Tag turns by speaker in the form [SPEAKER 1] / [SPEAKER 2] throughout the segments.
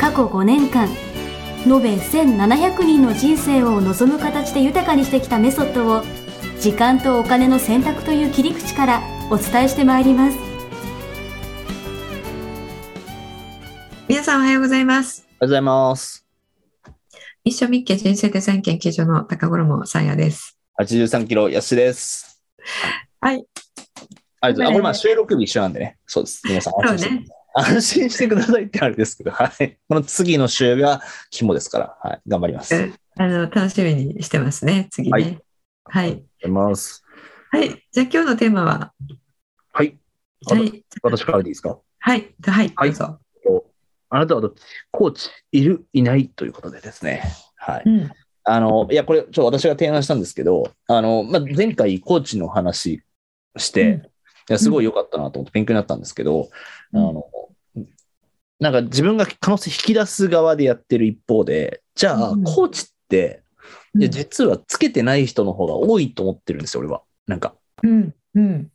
[SPEAKER 1] 過去5年間延べ1700人の人生を望む形で豊かにしてきたメソッドを時間とお金の選択という切り口からお伝えしてまいります
[SPEAKER 2] 皆さんおはようございます。
[SPEAKER 3] おはようございます。
[SPEAKER 2] 一生ミッケ人生デザイン研究所の高衣さやです。
[SPEAKER 3] 83キロ、ヤシです。
[SPEAKER 2] はい。
[SPEAKER 3] ありがとうございます。あ、これまあ収録日一緒なんでね。そうです。皆さん
[SPEAKER 2] そ
[SPEAKER 3] 安
[SPEAKER 2] う
[SPEAKER 3] 心して、
[SPEAKER 2] ね。
[SPEAKER 3] 安心してくださいってあれですけど、はい。この次の週が肝ですから、はい。頑張ります。あ
[SPEAKER 2] うんあの楽しみにしてますね。次ね。は
[SPEAKER 3] りが
[SPEAKER 2] い。
[SPEAKER 3] とうございます。
[SPEAKER 2] はい。じゃあ今日のテーマは
[SPEAKER 3] はい。あ
[SPEAKER 2] はい。
[SPEAKER 3] 私からでいいですか
[SPEAKER 2] はい。はい。
[SPEAKER 3] はい
[SPEAKER 2] どうぞ。。
[SPEAKER 3] あなたはどっちコーチ、いる、いないということでですね。はいう
[SPEAKER 2] ん。
[SPEAKER 3] あの、いや、これ、ちょっと私が提案したんですけど、あの、まあ、前回、コーチの話して、
[SPEAKER 2] うん
[SPEAKER 3] いや、すごい良かったなと思って勉強になったんですけど、
[SPEAKER 2] うん
[SPEAKER 3] あの、なんか自分が可能性引き出す側でやってる一方で、じゃあ
[SPEAKER 2] う、ん
[SPEAKER 3] コーチって、いや、
[SPEAKER 2] うん
[SPEAKER 3] 実はつけてない人の方が多いと思ってるんですよ、俺は。なんか。
[SPEAKER 2] うん。うん。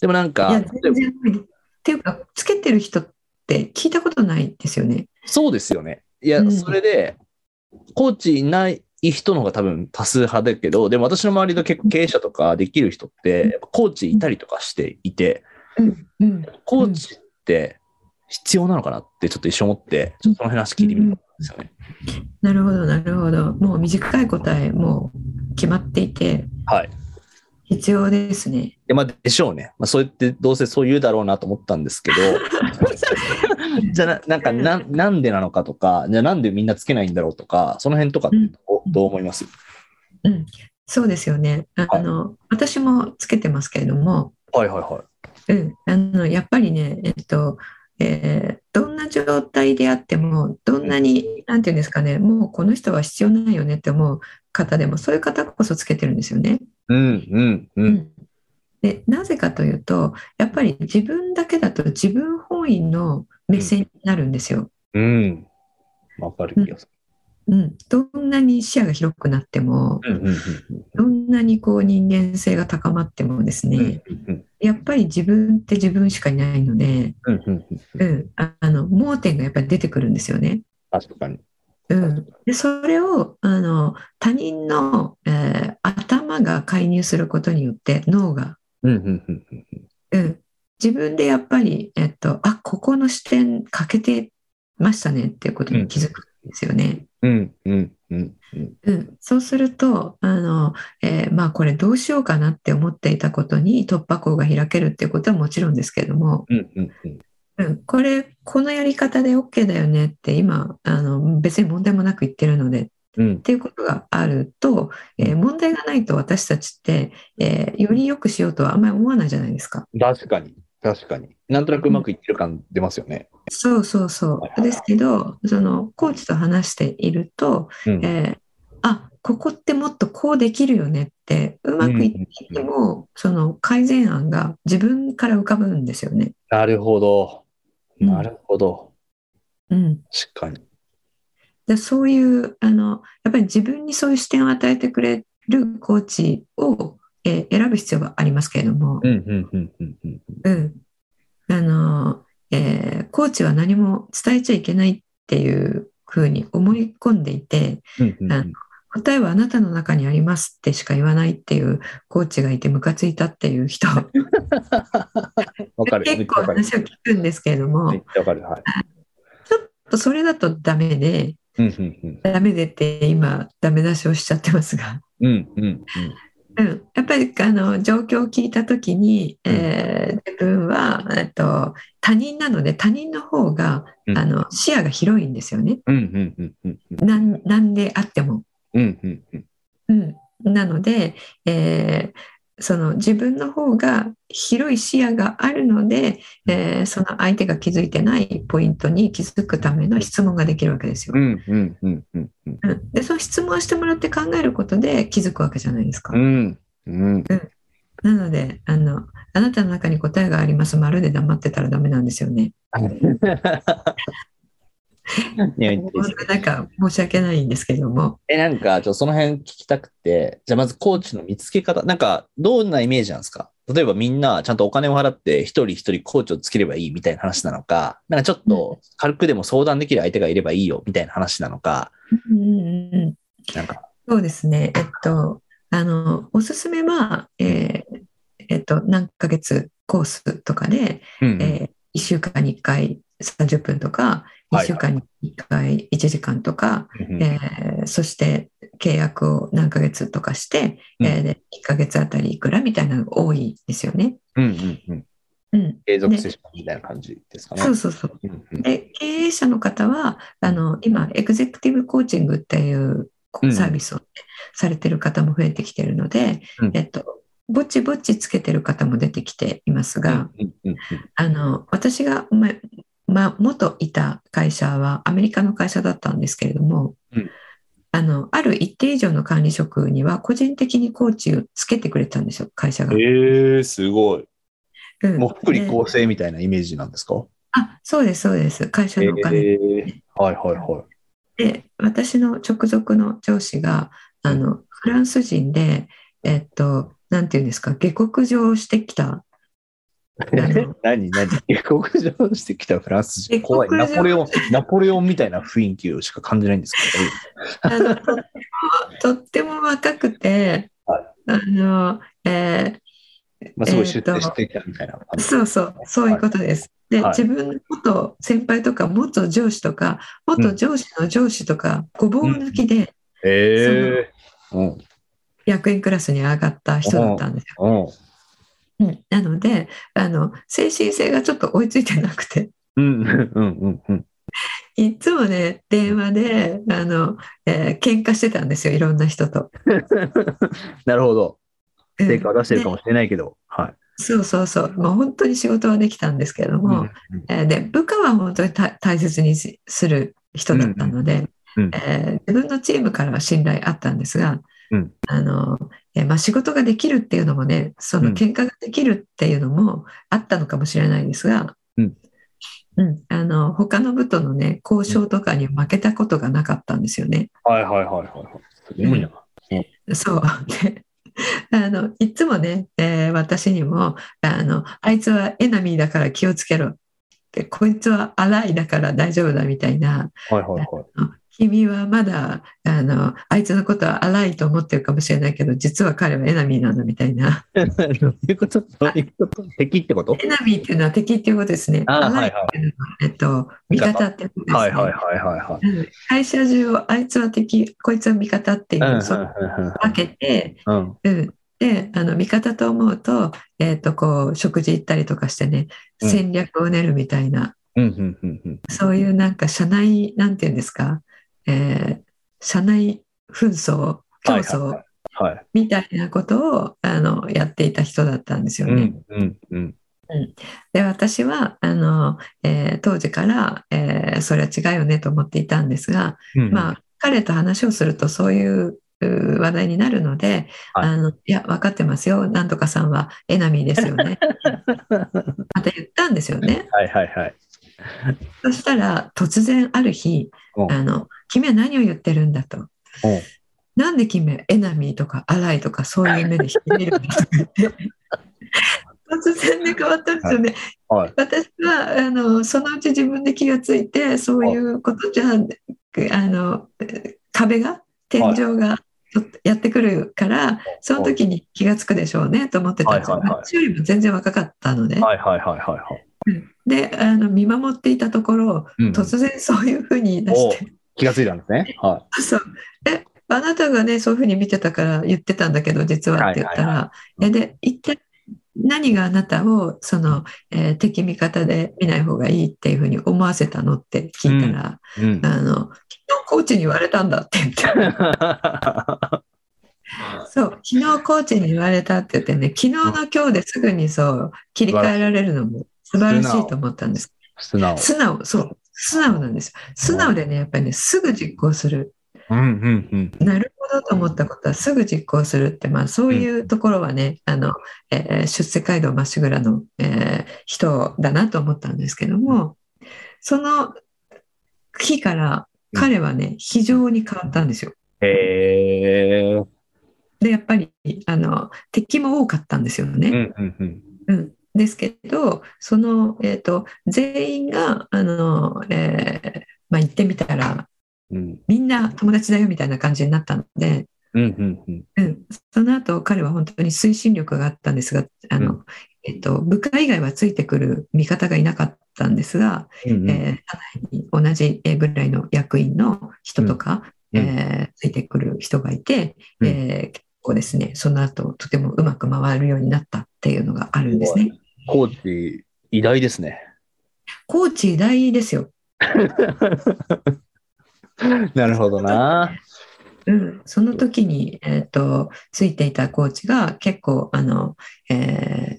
[SPEAKER 3] でもなん
[SPEAKER 2] い
[SPEAKER 3] か
[SPEAKER 2] や、全然っていうかつけてる人って聞いたことないですよね。
[SPEAKER 3] そうですよね。いや、
[SPEAKER 2] うん
[SPEAKER 3] それで、コーチいない人の方が多分多数派だけど、でも私の周りの結構経営者とかできる人って、やっぱコーチいたりとかしていて、
[SPEAKER 2] うん。うん。
[SPEAKER 3] コーチって必要なのかなってちょっと一瞬思って、ちょっとその話聞いてみるんですよね。
[SPEAKER 2] なるほど。なるほど。もう短い答えもう決まっていて
[SPEAKER 3] はい。
[SPEAKER 2] 必要ですね。
[SPEAKER 3] でまあ、でしょうね。まあ、そうやって、どうせそう言うだろうなと思ったんです けど、じゃあな、なんかな、なんでなのかとか、じゃあなんでみんなつけないんだろうとか、その辺とかってどうどう思います
[SPEAKER 2] うん、そうですよね。あ
[SPEAKER 3] はい
[SPEAKER 2] の、私もつけてますけれども、
[SPEAKER 3] はいはいはい。
[SPEAKER 2] うん、あのやっぱりね、えっとえーどんな状態であってもどんなになんていうんですかねもうこの人は必要ないよねって思う方でもそういう方こそつけてるんですよね。
[SPEAKER 3] うんうんう。
[SPEAKER 2] うんんでなぜかというとやっぱり自分だけだと自分本位の目線になるんですよ。
[SPEAKER 3] うん。わかる気がす
[SPEAKER 2] うん、どんなに視野が広くなっても
[SPEAKER 3] る。うんうん
[SPEAKER 2] どんなにこう人間性が高まってもですね、
[SPEAKER 3] うん
[SPEAKER 2] やっぱり自分って自分しかいないので、
[SPEAKER 3] うんうんうん。
[SPEAKER 2] うん、ああの盲点がやっぱり出てくるんですよね。
[SPEAKER 3] 確かに。
[SPEAKER 2] うん、でそれをあの他人の、えー頭が介入することによって脳が、
[SPEAKER 3] うんうんうんうん。
[SPEAKER 2] うん、自分でやっぱり、えっと、あここの視点欠けてましたねっていうことに気づくんですよね。
[SPEAKER 3] うんうんうんうん。
[SPEAKER 2] うん、そうするとあの、えーまあ、これどうしようかなって思っていたことに突破口が開けるっていうことはもちろんですけれども、
[SPEAKER 3] うんうんうん。
[SPEAKER 2] うん、これこのやり方で OK だよねって今あの別に問題もなく言ってるのでっ
[SPEAKER 3] うん
[SPEAKER 2] ていうことがあると、えー問題がないと私たちって、えーより良くしようとはあんまり思わないじゃないですか。
[SPEAKER 3] 確かに。確かに。なんとなくうまくいってる感出ますよね。
[SPEAKER 2] そうそうそ
[SPEAKER 3] はいは
[SPEAKER 2] う
[SPEAKER 3] い
[SPEAKER 2] ですけどそのコーチと話していると、
[SPEAKER 3] うん
[SPEAKER 2] えーあここってもっとこうできるよねってうまくいっていてもその改善案が自分から浮かぶんですよね。
[SPEAKER 3] なるほど。
[SPEAKER 2] うん
[SPEAKER 3] なるほど。
[SPEAKER 2] うん、
[SPEAKER 3] 確かに。
[SPEAKER 2] でそういうあのやっぱり自分にそういう視点を与えてくれるコーチを、えー選ぶ必要はありますけれども、
[SPEAKER 3] うんうんうんうんうん。
[SPEAKER 2] うんあのえーコーチは何も伝えちゃいけないっていうふうに思い込んでいて
[SPEAKER 3] うんうんうん
[SPEAKER 2] 答えはあなたの中にありますってしか言わないっていうコーチがいてムカついたっていう人
[SPEAKER 3] わかる。
[SPEAKER 2] 結
[SPEAKER 3] めっちゃ
[SPEAKER 2] 構
[SPEAKER 3] わかる。
[SPEAKER 2] 話を聞くんですけれども
[SPEAKER 3] めっちゃわかる。はい。
[SPEAKER 2] それだとダメで
[SPEAKER 3] うんうん
[SPEAKER 2] ダメでって今ダメ出しをしちゃってますが。
[SPEAKER 3] うん。うんうん
[SPEAKER 2] うん、やっぱりあの状況を聞いた時に、えー自分は、えっと、他人なので他人の方が、
[SPEAKER 3] うん
[SPEAKER 2] あの視野が広いんですよね
[SPEAKER 3] うん。うんうんうんうんうん。
[SPEAKER 2] なんなんであっても。
[SPEAKER 3] うんうんうん。
[SPEAKER 2] うん、なので、えその自分の方が広い視野があるので、えーその相手が気づいてないポイントに気づくための質問ができるわけですよ。
[SPEAKER 3] うんうんうんうんうん
[SPEAKER 2] うんでその質問してもらって考えることで気づくわけじゃないですか。
[SPEAKER 3] うんうん
[SPEAKER 2] なのであのあなたの中に答えがありますまるで黙ってたらダメなんですよね。
[SPEAKER 3] いやいいです
[SPEAKER 2] なんか申し訳ないんですけども。
[SPEAKER 3] え、なんか、ちょっとその辺聞きたくて、じゃあまずコーチの見つけ方、なんか、どんなイメージなんですか例えばみんなちゃんとお金を払って一人一人コーチをつければいいみたいな話なのか、なんかちょっと軽くでも相談できる相手がいればいいよみたいな話なのか、
[SPEAKER 2] うんうんうん
[SPEAKER 3] なんか、
[SPEAKER 2] そうですね。えっと、あの、おすすめは、えーえっと、何ヶ月コースとかで、
[SPEAKER 3] うんうん
[SPEAKER 2] え1週間に1回30分とか、
[SPEAKER 3] はい
[SPEAKER 2] 1週間に1回1時間とか、
[SPEAKER 3] うん
[SPEAKER 2] えーそして契約を何ヶ月とかして、えーで1ヶ月あたりいくらみたいなのが多いですよね。
[SPEAKER 3] うんうんうん
[SPEAKER 2] うん、
[SPEAKER 3] 継続してしまうみたいな感じですかね。
[SPEAKER 2] そうそうそう。
[SPEAKER 3] うんうん
[SPEAKER 2] で経営者の方はあの今エグゼクティブコーチングっていうこ
[SPEAKER 3] うん
[SPEAKER 2] うサービスをね、されてる方も増えてきてるので、
[SPEAKER 3] うん
[SPEAKER 2] えっと、ぼちぼちつけてる方も出てきていますが、
[SPEAKER 3] うんうん
[SPEAKER 2] あの私が、まま、元いた会社はアメリカの会社だったんですけれども、
[SPEAKER 3] うん
[SPEAKER 2] あのある一定以上の管理職には個人的にコーチをつけてくれたんですよ会社が。
[SPEAKER 3] うんえー、すごい。
[SPEAKER 2] うん
[SPEAKER 3] もっくり
[SPEAKER 2] で
[SPEAKER 3] 構成みたいなイメージなんですか
[SPEAKER 2] あそうですそうです会社
[SPEAKER 3] え
[SPEAKER 2] のお金
[SPEAKER 3] ー、はいはいは
[SPEAKER 2] で私の直属の上司があのフランス人でえっとなんていうんですか下克上してきた
[SPEAKER 3] い。 何何下克上してきたフランス人。
[SPEAKER 2] 下克上
[SPEAKER 3] 怖い。ナポレオン、ナポレオンみたいな雰囲気をしか感じないんですけど。
[SPEAKER 2] あのとってもとっても若くて
[SPEAKER 3] は
[SPEAKER 2] あの、え
[SPEAKER 3] まあ、すごい
[SPEAKER 2] え
[SPEAKER 3] 出
[SPEAKER 2] ーと
[SPEAKER 3] 世してきたみたいな感
[SPEAKER 2] ー
[SPEAKER 3] じ。
[SPEAKER 2] そうそうそういうことです。で
[SPEAKER 3] はい
[SPEAKER 2] 自分の元先輩とか元上司とか元上司の上司とかごぼう抜きで
[SPEAKER 3] ええうん。
[SPEAKER 2] 100円クラスに上がった人だったんですよ。
[SPEAKER 3] うん。
[SPEAKER 2] うんなのであの精神性がちょっと追いついてなくて。
[SPEAKER 3] うん。うん。うん。うん。
[SPEAKER 2] いつもね、電話で、あの、えー喧嘩してたんですよ、いろんな人と。
[SPEAKER 3] なるほど。
[SPEAKER 2] うん
[SPEAKER 3] 成果を出してるかも
[SPEAKER 2] で
[SPEAKER 3] しれないけど。はい。
[SPEAKER 2] そうそうそう。もう本当に仕事はできたんですけれども、えーで、部下は本当にた大切にしする人だったので、
[SPEAKER 3] うんうん
[SPEAKER 2] えー自分のチームからは信頼あったんですが、
[SPEAKER 3] うん
[SPEAKER 2] あの、えーまあ、仕事ができるっていうのもね、その
[SPEAKER 3] うん
[SPEAKER 2] 喧嘩ができるっていうのもあったのかもしれないですが、
[SPEAKER 3] うん
[SPEAKER 2] うんあの他の部とのね交渉とかに負けたことがなかったんですよね。
[SPEAKER 3] はいはいはいはいはい。すごいな。
[SPEAKER 2] そう。であのいつもね、えー私にもあの「あいつはエナミーだから気をつけろ」って「こいつはアライだから大丈夫だ」みたいな
[SPEAKER 3] はいはいはい。
[SPEAKER 2] 「君はまだあのあいつのことはアライと思ってるかもしれないけど実は彼はエナミーなんだ」みたいな
[SPEAKER 3] どういうことどういうこと敵ってこと
[SPEAKER 2] エナミーっていうのは敵っていうことですね。
[SPEAKER 3] あー
[SPEAKER 2] アラ
[SPEAKER 3] は
[SPEAKER 2] イ
[SPEAKER 3] いはい
[SPEAKER 2] っていうのは、えっと、味方ってことですね。
[SPEAKER 3] はいはいはいはいはい。
[SPEAKER 2] うん会社中をあいつは敵こいつは味方っていう、そう分けて、
[SPEAKER 3] うん。うん。
[SPEAKER 2] うん、であの味方と思うと,、えー、とこう食事行ったりとかしてね
[SPEAKER 3] うん
[SPEAKER 2] 戦略を練るみたいな、
[SPEAKER 3] うん。うん。うん。
[SPEAKER 2] そういうなんか社内なんていうんですか、えー社内紛争競
[SPEAKER 3] はい
[SPEAKER 2] 争
[SPEAKER 3] はいはい。
[SPEAKER 2] みたいなことをあのやっていた人だったんですよ
[SPEAKER 3] う
[SPEAKER 2] ね。
[SPEAKER 3] ん。うん。うん。
[SPEAKER 2] で私はあの、えー当時から、えーそれは違うよねと思っていたんですが、
[SPEAKER 3] うん。
[SPEAKER 2] まあ、彼と話をするとそういうう話題になるので、
[SPEAKER 3] はい
[SPEAKER 2] あのいや分かってますよなんとかさんはエナミーですよ ねまた言ったんですよね
[SPEAKER 3] はいはいはい。
[SPEAKER 2] そしたら突然ある日
[SPEAKER 3] う
[SPEAKER 2] 「
[SPEAKER 3] ん
[SPEAKER 2] あの君は何を言ってるんだ」と
[SPEAKER 3] うん
[SPEAKER 2] 「なんで君はエナミーとかアライとかそういう目で引き見るんだ」とか言っ て突然で変わったんですよね。
[SPEAKER 3] はい。
[SPEAKER 2] 私はあのそのうち自分で気がついてそういうことじゃあの壁が天井がちょっとやってくるからその時に気がつくでしょうねと思ってたんですよ。
[SPEAKER 3] はいはいはい
[SPEAKER 2] 私よりも全然若かったので、
[SPEAKER 3] はいはいはいはい。
[SPEAKER 2] であの見守っていたところ
[SPEAKER 3] うん
[SPEAKER 2] 突然そういうふうに言い出して、
[SPEAKER 3] 気がついたんですね。は
[SPEAKER 2] そうえあなたがねそういうふうに見てたから言ってたんだけど実はって言ったら、
[SPEAKER 3] はい
[SPEAKER 2] え
[SPEAKER 3] いは
[SPEAKER 2] で一体何があなたをその、えー敵味方で見ない方がいいっていうふうに思わせたのって聞いたら、
[SPEAKER 3] い。うん。
[SPEAKER 2] あの昨日コーチに言われたんだって言って
[SPEAKER 3] は
[SPEAKER 2] そう昨日コーチに言われたって言ってね昨日の今日ですぐにそう切り替えられるのも素晴らしいと思ったんです
[SPEAKER 3] 素直。
[SPEAKER 2] 素直そう素直なんですよ素直でねやっぱりねすぐ実行する
[SPEAKER 3] うんうんうん。
[SPEAKER 2] なるほどと思ったことはすぐ実行するって、まあ、そういうところはね、あのえー出世街道まっしぐらの、えー人だなと思ったんですけどもその日から彼はね非常に変わったんですよ。
[SPEAKER 3] へえ。うん
[SPEAKER 2] でやっぱりあの敵も多かったんですよね。
[SPEAKER 3] うんうん。
[SPEAKER 2] うん、ですけどその、えー、と全員があの、えーまあ、行ってみたら
[SPEAKER 3] うん
[SPEAKER 2] みんな友達だよみたいな感じになったので、
[SPEAKER 3] うんうんうん。
[SPEAKER 2] うん、その後彼は本当に推進力があったんですがあの、
[SPEAKER 3] う
[SPEAKER 2] えー、と部下以外はついてくる味方がいなかったんですが、
[SPEAKER 3] うんうん
[SPEAKER 2] えー社内に同じぐらいの役員の人とか、
[SPEAKER 3] うんうん
[SPEAKER 2] えーついてくる人がいて、
[SPEAKER 3] うん
[SPEAKER 2] えー結構ですねその後とてもうまく回るようになったっていうのがあるんですね。
[SPEAKER 3] コーチ、偉大ですね。
[SPEAKER 2] コーチ偉大ですよ。
[SPEAKER 3] なるほどな。
[SPEAKER 2] うん、その時に、えー、とついていたコーチが結構あの、えー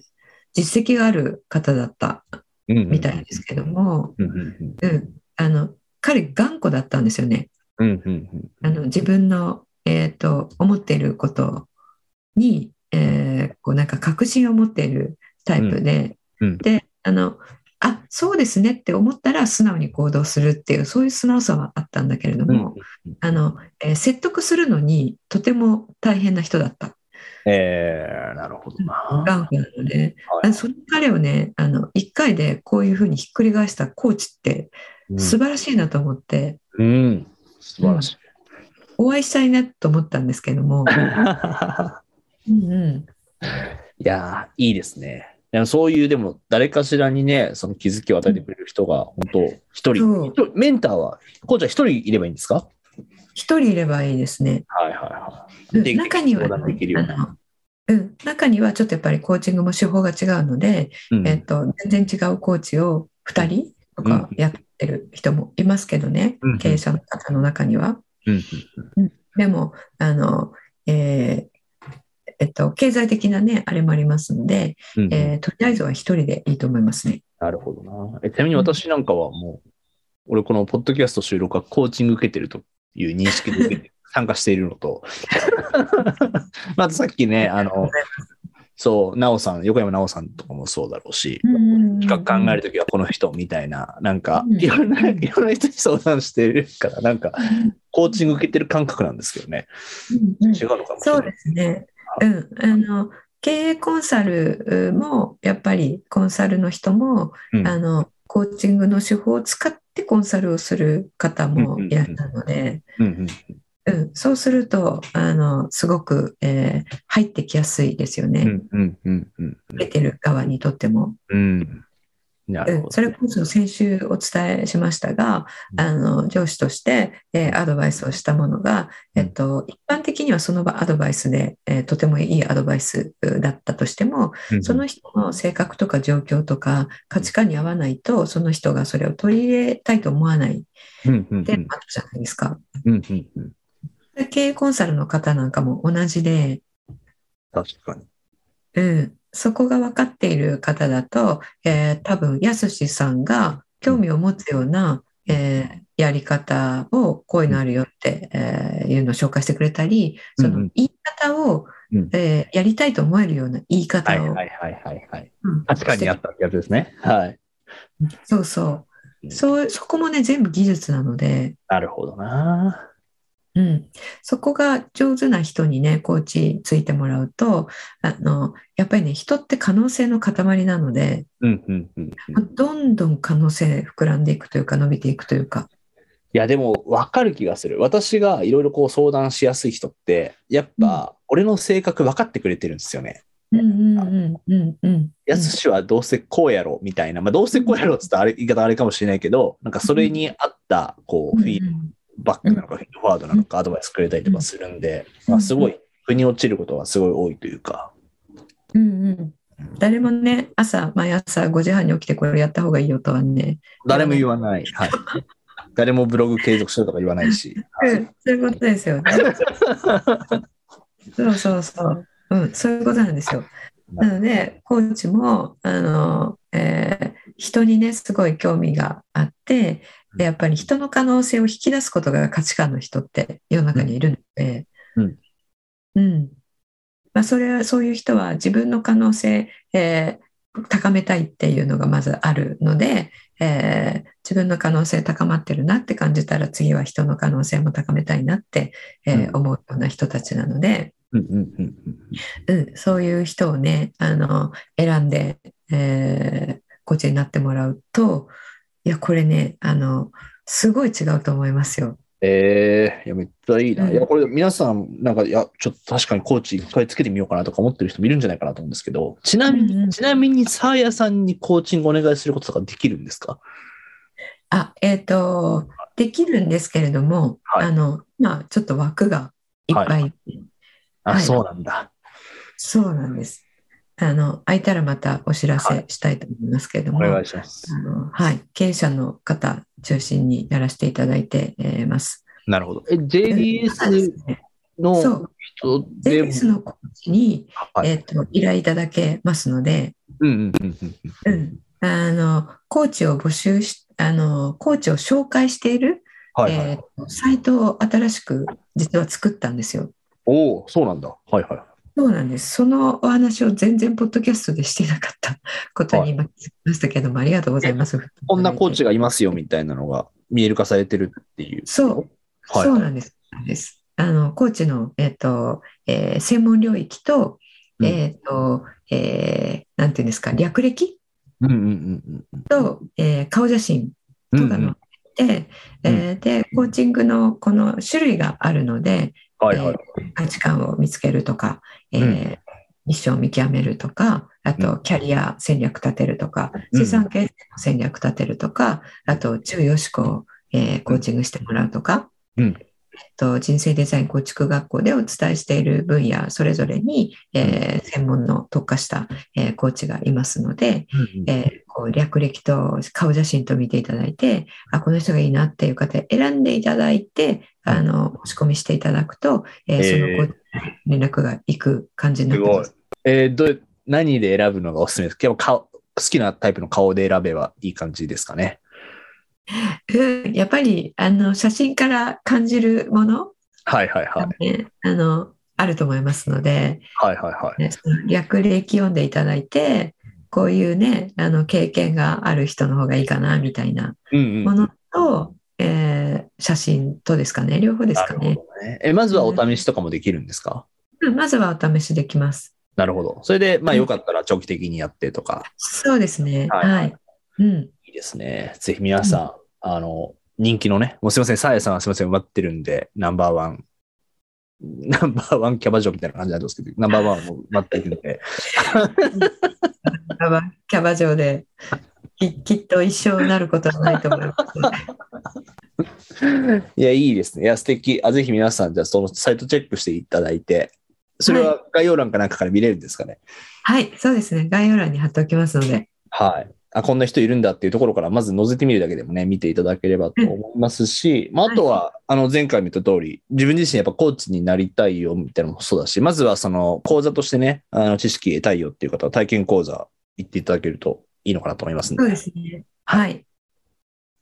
[SPEAKER 2] 実績がある方だったみ
[SPEAKER 3] み
[SPEAKER 2] たいですけども、
[SPEAKER 3] うんうん
[SPEAKER 2] うん、あの彼頑固だったんですよね。
[SPEAKER 3] うん。うんうん
[SPEAKER 2] あの自分の、えー、と思っていることに、えーこうなんか確信を持っているタイプで、
[SPEAKER 3] うんうん
[SPEAKER 2] であのあそうですねって思ったら素直に行動するっていうそういう素直さはあったんだけれど
[SPEAKER 3] うん。
[SPEAKER 2] も、あのえー説得するのにとても大変な人だった
[SPEAKER 3] えー、なるほどな。
[SPEAKER 2] 頑固なので、
[SPEAKER 3] はい
[SPEAKER 2] あその彼をねあの1回でこういうふうにひっくり返したコーチって素晴らしいなと思って、
[SPEAKER 3] うん。素晴らしい。
[SPEAKER 2] お会いしたいなと思ったんですけども、うんうん
[SPEAKER 3] いやー、いいですね。でもそういう、でも、誰かしらにね、その気づきを与えてくれる人が、本当
[SPEAKER 2] そ
[SPEAKER 3] 一
[SPEAKER 2] う
[SPEAKER 3] 人、一人メンターは、こうちゃん一人いればいいんですか
[SPEAKER 2] 一人いればいいですね。
[SPEAKER 3] はいはいは
[SPEAKER 2] うん
[SPEAKER 3] で
[SPEAKER 2] 中には、
[SPEAKER 3] 相談できるような
[SPEAKER 2] あのうん、中にはちょっとやっぱりコーチングも手法が違うので、
[SPEAKER 3] い。うん
[SPEAKER 2] えっと全然違うコーチを2人とかやってる人もいますけどね、
[SPEAKER 3] うん
[SPEAKER 2] 経営者の方の中には。
[SPEAKER 3] うん
[SPEAKER 2] でもあの、えーえっと、経済的な、ね、あれもありますので、
[SPEAKER 3] うんうん
[SPEAKER 2] えーとりあえずは1人でいいと思いますね。
[SPEAKER 3] なるほどな。えちなみに私なんかはもう、俺このポッドキャスト収録はコーチング受けてるという認識で受けて参加しているのと、まずさっきね、あの、そう、なおさん、横山なおさんとかもそうだろうし、企画考えるときはこの人みたいな、なんか、
[SPEAKER 2] うん
[SPEAKER 3] いろんな、いろんな人に相談してるから、なんか、コーチング受けてる感覚なんですけどね。
[SPEAKER 2] うんうん
[SPEAKER 3] 違うのかもしれ
[SPEAKER 2] そう
[SPEAKER 3] な
[SPEAKER 2] で
[SPEAKER 3] い。
[SPEAKER 2] すね。うん、あの経営コンサルもやっぱりコンサルの人も、
[SPEAKER 3] うん
[SPEAKER 2] あのコーチングの手法を使ってコンサルをする方もいらっしゃるので、
[SPEAKER 3] うんうん
[SPEAKER 2] うん、そうするとあのすごく、えー入ってきやすいですよ
[SPEAKER 3] う
[SPEAKER 2] ね。
[SPEAKER 3] んうんうんうん
[SPEAKER 2] 出てる側にとっても、
[SPEAKER 3] うん。な
[SPEAKER 2] う
[SPEAKER 3] るほ
[SPEAKER 2] ん、
[SPEAKER 3] ど。
[SPEAKER 2] それこそ先週お伝えしましたが
[SPEAKER 3] う、ん
[SPEAKER 2] あの上司として、えーアドバイスをしたものが、
[SPEAKER 3] うん
[SPEAKER 2] えっと、一般的にはその場アドバイスで、えーとてもいいアドバイスだったとしても、
[SPEAKER 3] うん
[SPEAKER 2] その人の性格とか状況とか価値観に合わないと、その人がそれを取り入れたいと思わないっ
[SPEAKER 3] うんうんうん
[SPEAKER 2] てあったじゃないですか。
[SPEAKER 3] うんうんうん
[SPEAKER 2] で経営コンサルの方なんかも同じで、
[SPEAKER 3] 確かに。
[SPEAKER 2] うん、そこが分かっている方だと、えー多分、やすしさんが興味を持つような、えーやり方を、こういうのあるよって、えーいうのを紹介してくれたり、そ
[SPEAKER 3] うんう
[SPEAKER 2] の
[SPEAKER 3] ん
[SPEAKER 2] 言い方を、
[SPEAKER 3] うん
[SPEAKER 2] えーやりたいと思えるような言い
[SPEAKER 3] はい
[SPEAKER 2] 方を、
[SPEAKER 3] はいはいはいはい。
[SPEAKER 2] うん
[SPEAKER 3] 価値観にあったってやつですね。はい。
[SPEAKER 2] そうそう。そう、そこもね、全部技術なので、
[SPEAKER 3] なるほどな。
[SPEAKER 2] うん、そこが上手な人にね、コーチついてもらうと、あの、やっぱりね、人って可能性の塊なので、
[SPEAKER 3] うんうんうんうん。い
[SPEAKER 2] どんどん可能性膨らんでいくというか伸びていくというか。
[SPEAKER 3] やでも分かる気がする。私がいろいろこう相談しやすい人って、やっぱ俺の性格分かってくれてるんですよね。
[SPEAKER 2] うんうんうんうんうん。
[SPEAKER 3] やすしはどうせこうやろみたいな、まあ、どうせこうやろっつったらあれ言い方あれかもしれないけど、なんかそれに合ったこ
[SPEAKER 2] う
[SPEAKER 3] うんフィーバックなのか、フィードフォワードなのか、アドバイスくれたりとかするんで、まあ、すごい、腑に落ちることがすごい多いというか。
[SPEAKER 2] うんうん。誰もね、朝、毎朝5時半に起きてこれやった方がいいよとはね、
[SPEAKER 3] 誰も言わない。はい。誰もブログ継続しろとか言わないし。はい
[SPEAKER 2] そういうことですよね。そうそうそう。うん、そういうことなんですよ。なので、コーチも、あの、えー人にね、すごい興味があって、でやっぱり人の可能性を引き出すことが価値観の人って世の中にいるので、
[SPEAKER 3] うん。
[SPEAKER 2] うん。まあ、それは、そういう人は自分の可能性、えー高めたいっていうのがまずあるので、えー自分の可能性高まってるなって感じたら次は人の可能性も高めたいなって、えー
[SPEAKER 3] うん
[SPEAKER 2] 思うような人たちなので、
[SPEAKER 3] うんうんうんうん
[SPEAKER 2] うん、そういう人をね、あの、選んで、えー、コーチになってもらうと、いや、これね、あの、すごい違うと思いますよ。
[SPEAKER 3] ええいや、めっちゃいいな。
[SPEAKER 2] うん
[SPEAKER 3] いや、これ、皆さん、なんか、いや、ちょっと確かにコーチ一回つけてみようかなとか思ってる人もいるんじゃないかなと思うんですけど、ちなみに、
[SPEAKER 2] うんうん
[SPEAKER 3] ちなみに、サーヤさんにコーチングお願いすることとかできるんですか
[SPEAKER 2] あ、えっと、できるんですけれども、
[SPEAKER 3] はい
[SPEAKER 2] あの、まあ、ちょっと枠がいっぱい、
[SPEAKER 3] あ、
[SPEAKER 2] はい
[SPEAKER 3] そうなんだ。
[SPEAKER 2] そうなんです。あの、空いたらまたお知らせしたいと思いますけれど
[SPEAKER 3] お
[SPEAKER 2] も、
[SPEAKER 3] 願いします。
[SPEAKER 2] あの、はい、経営者の方中心にやらせていただいてえーます。
[SPEAKER 3] なるほど。え、
[SPEAKER 2] ただです
[SPEAKER 3] JDS
[SPEAKER 2] ねそ
[SPEAKER 3] の
[SPEAKER 2] う、
[SPEAKER 3] 人でも
[SPEAKER 2] JDS、のコーチに、
[SPEAKER 3] はい
[SPEAKER 2] えっと依頼いただけますので、
[SPEAKER 3] うんうんうんうん。
[SPEAKER 2] うん、あのコーチを募集しあのコーチを紹介している、
[SPEAKER 3] はいはい。
[SPEAKER 2] えーとサイトを新しく実は作ったんですよ。
[SPEAKER 3] おおそうなんだ。はいはい。
[SPEAKER 2] そうなんです。そのお話を全然ポッドキャストでしてなかった こと
[SPEAKER 3] はい
[SPEAKER 2] に今気づきましたけども、ありがとうございます。
[SPEAKER 3] こんなコーチがいますよ、みたいなのが見える化されてるっていう。
[SPEAKER 2] そう、
[SPEAKER 3] はい
[SPEAKER 2] そうなんです。そうなんですあのコーチの、えっとえー専門領域と、
[SPEAKER 3] うん
[SPEAKER 2] えっとえーなんていうんですか略歴
[SPEAKER 3] うんうんうん
[SPEAKER 2] と、えー顔写真
[SPEAKER 3] う
[SPEAKER 2] と
[SPEAKER 3] ん。
[SPEAKER 2] か
[SPEAKER 3] うんう
[SPEAKER 2] の
[SPEAKER 3] ん
[SPEAKER 2] あって、えーでコーチングのこの種類があるので、
[SPEAKER 3] はいはい。
[SPEAKER 2] えー価値観を見つけるとか、えー
[SPEAKER 3] うん
[SPEAKER 2] ミッションを見極めるとかあ
[SPEAKER 3] う
[SPEAKER 2] とキャリア戦略立てるとか、
[SPEAKER 3] うん
[SPEAKER 2] 資産形成の戦略立てるとかあと重要思考を、えーコーチングしてもらうとか、
[SPEAKER 3] うん
[SPEAKER 2] えっと人生デザイン構築学校でお伝えしている分野それぞれに、えー専門の特化した、えーコーチがいますので、
[SPEAKER 3] うんうん
[SPEAKER 2] えーこう略歴と顔写真と見ていただいてあこの人がいいなっていう方選んでいただいてあの申し込みしていただくと、えー
[SPEAKER 3] えー
[SPEAKER 2] その後連絡がいく感じにな
[SPEAKER 3] す
[SPEAKER 2] って
[SPEAKER 3] ご
[SPEAKER 2] ま
[SPEAKER 3] い
[SPEAKER 2] す。。
[SPEAKER 3] えーどう何で選ぶのがおすすめですかやっぱ顔好きなタイプの顔で選べばいい感じですかね。
[SPEAKER 2] うんやっぱりあの写真から感じるもの
[SPEAKER 3] はいはいはい。
[SPEAKER 2] ねあのあると思いますので、
[SPEAKER 3] はいはいはい。
[SPEAKER 2] ねその略歴読んでいただいてこういうねあの経験がある人の方がいいかなみたいな
[SPEAKER 3] うんう
[SPEAKER 2] も
[SPEAKER 3] ん。
[SPEAKER 2] のと、えー写真とですかね両方です
[SPEAKER 3] な
[SPEAKER 2] か
[SPEAKER 3] る
[SPEAKER 2] ね。
[SPEAKER 3] ほどね。え、まずはお試しとかもできるんですか
[SPEAKER 2] うんまずはお試しできます。
[SPEAKER 3] なるほど。それで、まあ
[SPEAKER 2] うん
[SPEAKER 3] よかったら長期的にやってとか、
[SPEAKER 2] そうですね。
[SPEAKER 3] はい
[SPEAKER 2] はい。うん。
[SPEAKER 3] いいですね。ぜひ皆さん、あの、人気のね、もうすいません、さやさんはすいません、埋まってるんで、ナンバーワン。ナンバーワンキャバ嬢みたいな感じなんですけど、ナンバーワンも埋まっているんで、
[SPEAKER 2] キャバ、キャバ嬢で、ききっと一生なることはないと思います。
[SPEAKER 3] いや、いいですね。いや、素敵。あ、ぜひ皆さん、じゃあ、そのサイトチェックしていただいて、それは概要欄かなんかから見れるんですかね。
[SPEAKER 2] はい、そうですね。概要欄に貼っておきますので。
[SPEAKER 3] はい。あ、こんな人いるんだっていうところから、まず覗いてみるだけでもね、見ていただければと思いますし、まあ、あとは、あの、前回も言った通り、自分自身やっぱコーチになりたいよ、みたいなのもそうだし、まずはその、講座としてね、あの、知識得たいよっていう方は、体験講座行っていただけるといいのかなと思います
[SPEAKER 2] そ
[SPEAKER 3] の
[SPEAKER 2] う
[SPEAKER 3] で、
[SPEAKER 2] ですね。はい。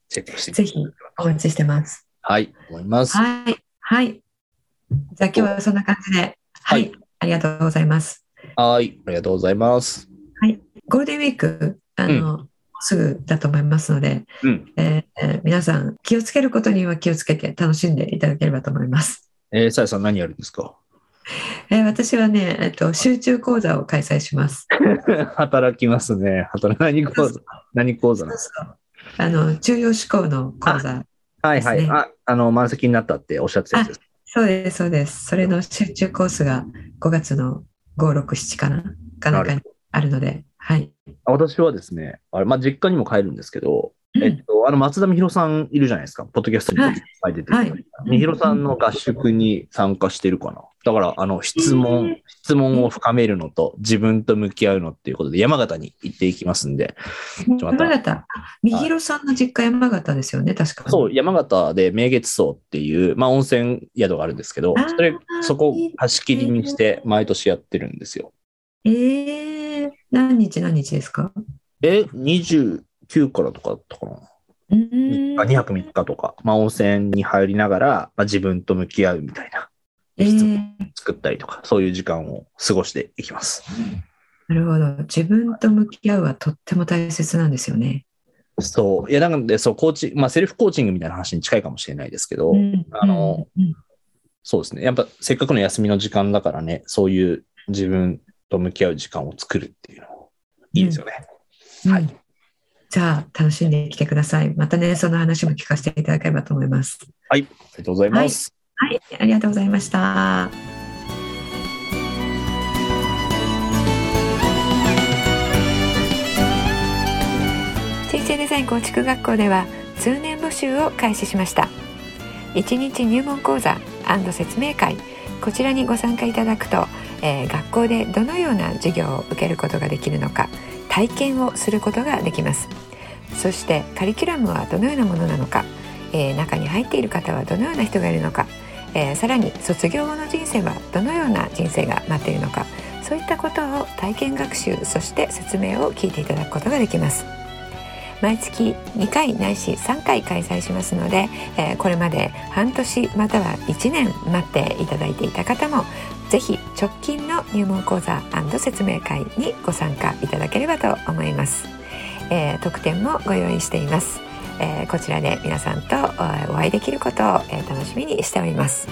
[SPEAKER 3] チェックして
[SPEAKER 2] ぜひお待ちしてます。
[SPEAKER 3] はい、思います。
[SPEAKER 2] はい。はい。じゃあ今日はそんな感じで。はい。
[SPEAKER 3] はい
[SPEAKER 2] ありがとうございます。
[SPEAKER 3] はい、ありがとうございます。
[SPEAKER 2] ゴールデンウィーク、あの、もうすぐだと思いますので、
[SPEAKER 3] うん。
[SPEAKER 2] えーえー皆さん気をつけることには気をつけて楽しんでいただければと思います。
[SPEAKER 3] えー、さやさん何やるんですか
[SPEAKER 2] えー私はね、えっと、集中講座を開催します。
[SPEAKER 3] 働きますね。働く何講座何講座なんですか
[SPEAKER 2] あの重要思考の講座。
[SPEAKER 3] はいはい。
[SPEAKER 2] ですね
[SPEAKER 3] あ、あの、満席になったっておっしゃってたやつです。
[SPEAKER 2] そうです、そうです。それの集中コースが5月の5、6、7かなかなんかにあるので、はい。
[SPEAKER 3] 私はですね、あれ、まあ、実家にも帰るんですけど、
[SPEAKER 2] うん
[SPEAKER 3] えっと、あの、松田美弘さんいるじゃないですか。ポッドキャストに
[SPEAKER 2] はい
[SPEAKER 3] 書いてて。
[SPEAKER 2] はい
[SPEAKER 3] 美弘さんの合宿に参加してるかな。だから、あの、質問、質問を深めるのと、自分と向き合うのっていうことで、山形に行っていきますんで、ょっと待って
[SPEAKER 2] 山形。みひろさんの実家山形ですよね、確かに。
[SPEAKER 3] そう、山形で明月荘っていう、まあ、温泉宿があるんですけど
[SPEAKER 2] あー、
[SPEAKER 3] それ、そこを
[SPEAKER 2] いいね
[SPEAKER 3] 貸し切りにして、毎年やってるんですよ。
[SPEAKER 2] えー、何日何日ですか
[SPEAKER 3] え、29からとかだったかな
[SPEAKER 2] う
[SPEAKER 3] 3
[SPEAKER 2] ん
[SPEAKER 3] 日、2泊3日とか、まあ、温泉に入りながら、まあ、自分と向き合うみたいな、
[SPEAKER 2] え
[SPEAKER 3] 質
[SPEAKER 2] ー
[SPEAKER 3] 問、作ったりとか、そういう時間を過ごしていきます。
[SPEAKER 2] なるほど。自分と向き合うはとっても大切なんですよね。
[SPEAKER 3] そう。いや、なんで、そう、コーチ、まあ、セルフコーチングみたいな話に近いかもしれないですけど、
[SPEAKER 2] うん
[SPEAKER 3] あの、
[SPEAKER 2] うん
[SPEAKER 3] そうですね。やっぱ、せっかくの休みの時間だからね、そういう自分と向き合う時間を作るっていうのもいいですよね。
[SPEAKER 2] うん
[SPEAKER 3] はい
[SPEAKER 2] じゃあ、楽しんできてください。またね、その話も聞かせていただければと思います。
[SPEAKER 3] ありがとうございます。
[SPEAKER 2] はい、ありがとうございました。人生デザイン構築学校では通年募集を開始しました一日入門講座説明会こちらにご参加いただくと、えー学校でどのような授業を受けることができるのか体験をすることができますそしてカリキュラムはどのようなものなのか、えー中に入っている方はどのような人がいるのか、えーさらに卒業後の人生はどのような人生が待っているのかそういったことを体験学習そして説明を聞いていただくことができます毎月2回ないし3回開催しますので、えーこれまで半年または1年待っていただいていた方もぜひ直近の入門講座説明会にご参加いただければと思います、えー特典もご用意しています、えーこちらで皆さんとえーお会いできることをえー楽しみにしております